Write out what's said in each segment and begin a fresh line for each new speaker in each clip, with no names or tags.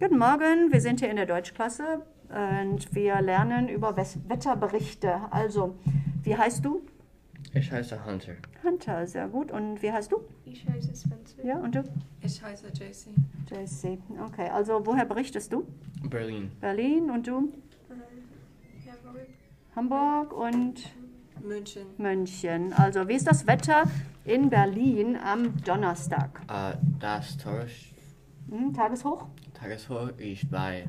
Guten Morgen, wir sind hier in der Deutschklasse und wir lernen über Wes- Wetterberichte. Also, wie heißt du?
Ich heiße Hunter.
Hunter, sehr gut. Und wie heißt du?
Ich heiße Spencer.
Ja, und du?
Ich heiße JC.
JC. Okay, also woher berichtest du?
Berlin.
Berlin und du?
Ähm, Hamburg.
Hamburg und
München.
München. Also, wie ist das Wetter in Berlin am Donnerstag?
Äh, das Torsch
Hm, Tageshoch?
Tageshoch ist bei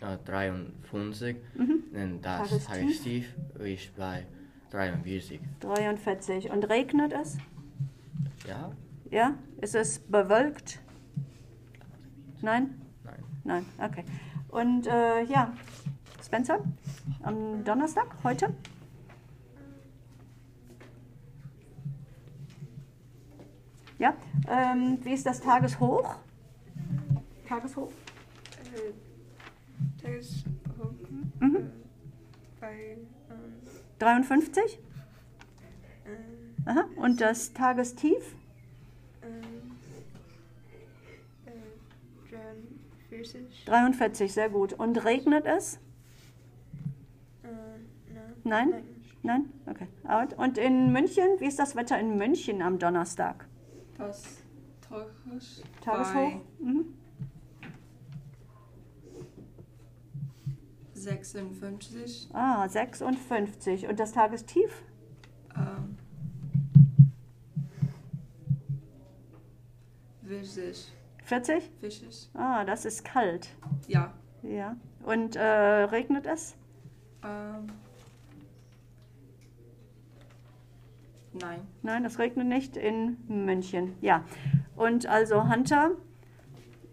äh, 53.
Mhm.
Und das
Tagestief?
Tagestief ist bei 43.
43. Und regnet es?
Ja?
Ja? Ist es bewölkt? Nein?
Nein.
Nein, okay. Und äh, ja, Spencer, am Donnerstag, heute? Ja, ähm, wie ist das Tageshoch? Tageshoch?
Äh, Tageshoch.
Mhm.
Äh, bei, ähm,
53?
ähm,
Aha. Und das Tagestief?
ähm, äh, 43.
43, sehr gut. Und regnet es?
Äh, nein.
Nein? Nein? Okay. Out. Und in München, wie ist das Wetter in München am Donnerstag?
Das Torch
Tageshoch?
bei
Mhm.
56.
Ah, 56. Und das Tagestief?
Ähm, 40.
40?
Fischig.
Ah, das ist kalt.
Ja.
Ja. Und äh, regnet es?
Ähm, nein.
Nein, es regnet nicht in München. Ja. Und also Hunter,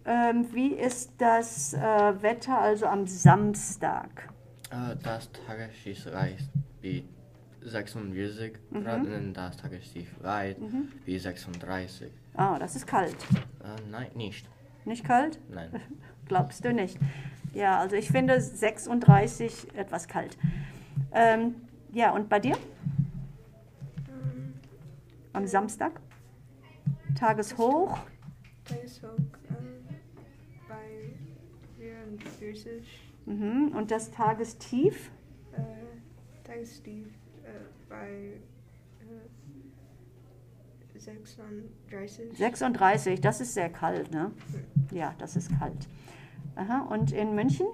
ähm, wie ist das äh, Wetter also am Samstag?
Äh, das Tagestief reicht wie 46 Grad und das Tagestief reicht wie 36.
Ah, das ist kalt.
Äh, nein, nicht.
Nicht kalt?
Nein.
Glaubst du nicht? Ja, also ich finde 36 etwas kalt. Ähm, ja, und bei dir
Ähm,
am Samstag? Tageshoch?
Tageshoch. Ähm, bei 44.
Mhm. Und das Tagestief?
Äh, Thanks, Steve. Äh, bei äh, 36.
36, das ist sehr kalt, ne? Ja, das ist kalt. Aha, und in München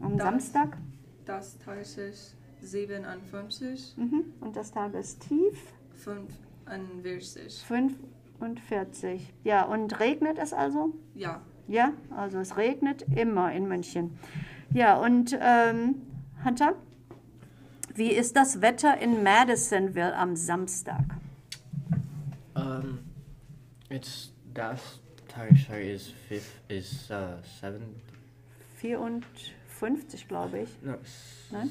am
Das.
Samstag?
Das Tageshoch 57.
Mhm. Und das Tagestief?
45.
45. Ja, und regnet es also?
Ja.
Ja, also es regnet immer in München. Ja, und ähm, Hunter, wie ist das Wetter in Madisonville am Samstag?
Um, it's das Tagesschau is fifth is uh seven
54, glaube ich.
no s-
Nein?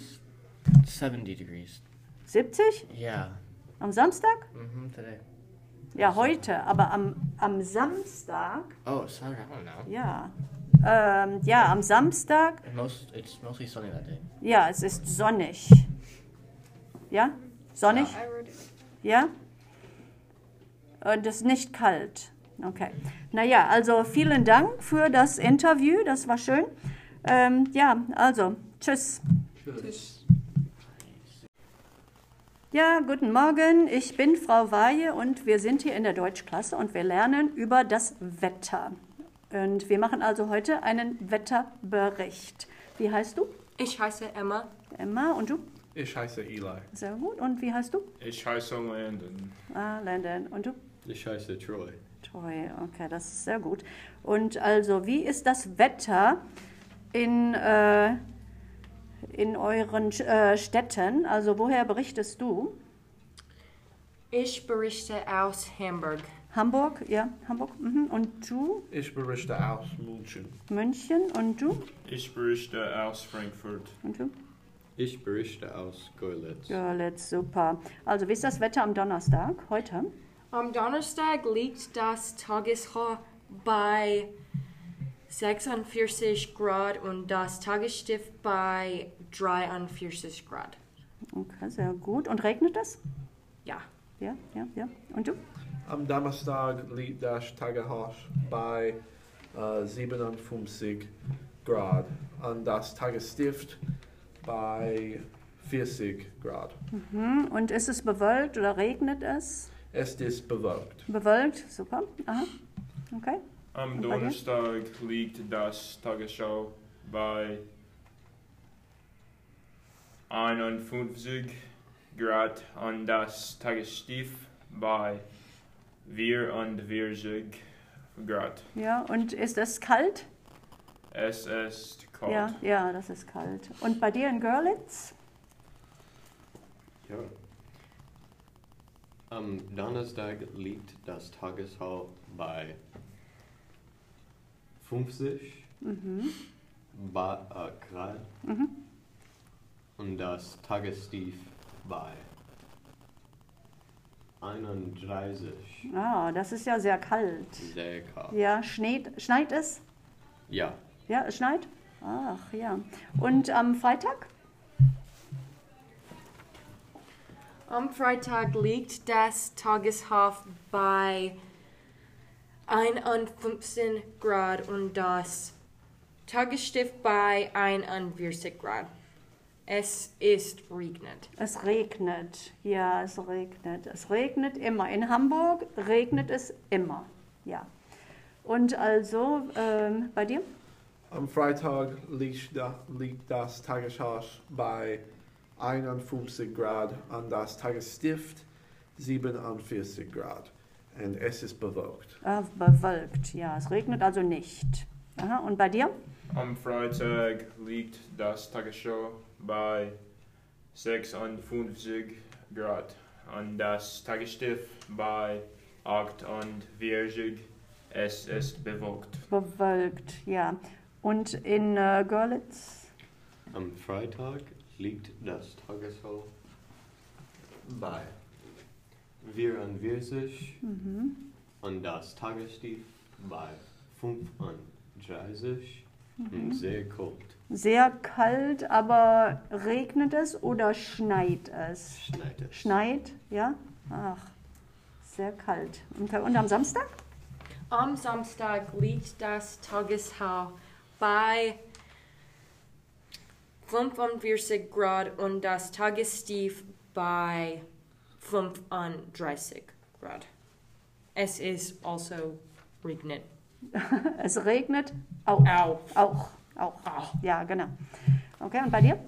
seventy degrees.
70?
Yeah.
Am Samstag?
Mm-hmm. Today.
Ja, heute, aber am, am Samstag?
Oh, sorry. I don't know.
Ja. Ähm, ja, am Samstag,
Most it's mostly sunny that day.
ja, es ist sonnig. Ja? Sonnig?
I wrote it.
Ja? Und es ist nicht kalt. Okay. Naja, also vielen Dank für das Interview. Das war schön. Ähm, ja, also, tschüss.
Tisch.
Ja, guten Morgen. Ich bin Frau Waje und wir sind hier in der Deutschklasse und wir lernen über das Wetter. Und wir machen also heute einen Wetterbericht. Wie heißt du?
Ich heiße Emma.
Emma und du?
Ich heiße Eli.
Sehr gut. Und wie heißt du?
Ich heiße Landon.
Ah, Landon. Und du?
Ich heiße Troy.
Toll, okay, das ist sehr gut. Und also, wie ist das Wetter in, äh, in euren äh, Städten? Also, woher berichtest du?
Ich berichte aus Hamburg.
Hamburg, ja, Hamburg. Mhm. Und du?
Ich berichte aus München.
München und du?
Ich berichte aus Frankfurt.
Und du?
Ich berichte aus Görlitz.
Görlitz, super. Also, wie ist das Wetter am Donnerstag heute?
Am Donnerstag liegt das Tageshoch bei 46 Grad und das Tagesstief bei 43 Grad.
Okay, sehr gut. Und regnet es?
Ja.
Ja, ja, ja. Und du?
Am Donnerstag liegt das Tagehoch bei
äh, 57 Grad und das Tagesstift bei 40 Grad.
Mhm. Und ist es bewölkt oder regnet es?
Es ist bewölkt.
Bewölkt, super. Aha. Okay.
Am
Und bei dir?
Donnerstag liegt das Tagesschau bei 51 Grad und das Tagesstief bei 44 Grad.
Ja, und ist es kalt?
Es ist kalt.
Ja, ja, das ist kalt. Und bei dir in Görlitz?
Ja. Am Donnerstag liegt das Tagesschau bei 50
Mhm.
ba äh, Grad
Mhm.
und das Tagestief bei 31.
Ah, das ist ja sehr kalt.
Sehr kalt.
Ja, schneit, schneit es?
Ja.
Ja, es schneit? Ach ja. Und am Freitag?
Am Freitag liegt das Tageshof bei 51 Grad und das Tagesstift bei 41 Grad. Es ist regnet.
Es regnet. Ja, es regnet. Es regnet immer. In Hamburg regnet es immer. Ja. Und also ähm, bei dir?
Am Freitag liegt, da, liegt das Tagesschau bei 51 Grad und das Tagesstift 47 Grad. Und es ist bewölkt.
Ah, bewölkt. Ja, es regnet also nicht. Aha. Und bei dir?
Am Freitag liegt das Tagesschau bei 56 Grad und das Tagesstief bei 48. Es ist bewölkt.
Bewölkt. Ja. Und in äh, Görlitz?
Am Freitag liegt das Tagesschau bei 44
Mhm.
und das Tagestief bei 35 und sehr kalt
Sehr kalt, aber regnet es oder schneit es?
schneit es.
Schneit, ja? Ach, sehr kalt. Und, und am Samstag?
Am Samstag liegt das Tagesschau bei 45 Grad und das Tagestief bei 35 Grad. Es ist also regnet.
Es regnet auch.
Auch.
Auch, auch.
Ah.
Ja, genau. Okay, und bei dir?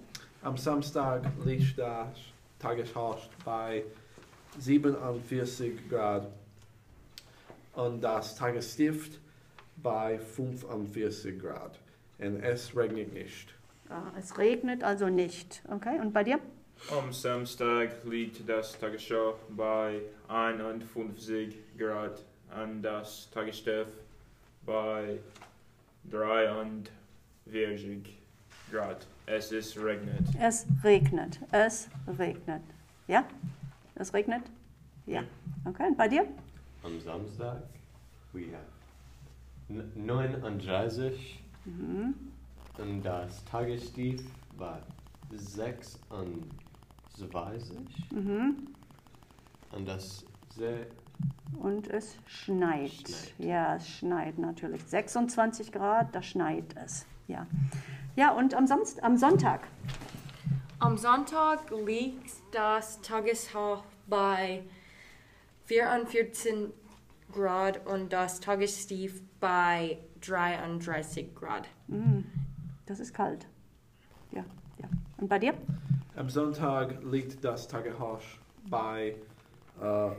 Am Samstag liegt das Tagesschau bei 47 Grad und das Tagesstift bei 45 Grad. Und es regnet nicht.
Ah, es regnet also nicht. Okay, und bei dir?
Am Samstag liegt das Tagesschau bei 51 Grad und das Tagesstief bei 43 Grad. Es ist regnet.
Es regnet. Es regnet. Ja? Es regnet? Ja. Okay, und bei dir?
Am Samstag we have n- 39
Mhm.
und das Tagestief bei 26
Mhm.
und das sehr
Und es schneit.
Schneit.
Ja, es schneit natürlich. 26 Grad, da schneit es. Ja. Ja, und am, Samst am Sonntag?
Am Sonntag liegt das Tageshoch bei 44 Grad und das Tagestief bei 33 Grad.
Mm, Das ist kalt. Ja, ja. Und bei dir?
Am Sonntag liegt das Tagesschau bei äh,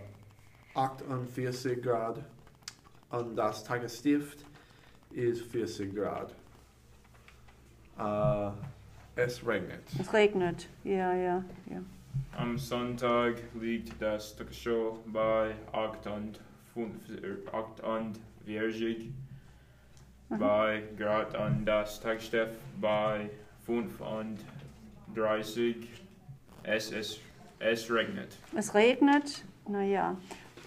48 Grad und das Tagesstift ist 40 Grad. Äh, es regnet.
Es regnet. Ja, ja, ja.
Am Sonntag liegt das Tagesschau bei äh, 48 bei Grad und das Tagestief bei 35. Es, es, es regnet.
Es regnet. Naja.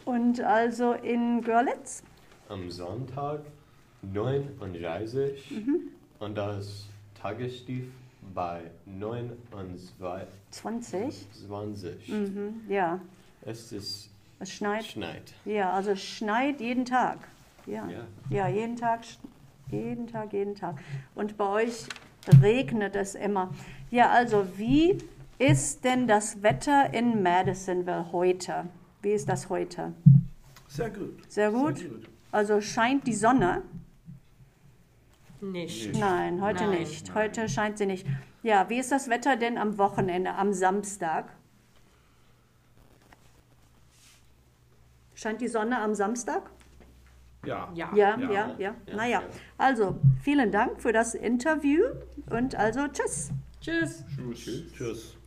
Und also in Görlitz?
am Sonntag 39 und das Tagestief bei 29.
20. Mhm. Ja,
Es ist
es schneit.
schneit.
Ja, also es schneit jeden Tag. Ja.
Ja.
Ja, jeden Tag sch- Jeden Tag, jeden Tag. Und bei euch regnet es immer. Ja, also wie ist denn das Wetter in Madisonville heute? Wie ist das heute?
Sehr gut.
Sehr gut. Also scheint die Sonne?
Nicht.
Nein, heute
Nein.
nicht. Heute scheint sie nicht. Ja, wie ist das Wetter denn am Wochenende, am Samstag? Scheint die Sonne am Samstag?
Ja.
Ja.
Ja, ja,
Ja.
ja. ja.
Ja,
Naja,
ja.
also vielen Dank für das Interview und also tschüss.
Tschüss.
Tschüss.
Tschüss.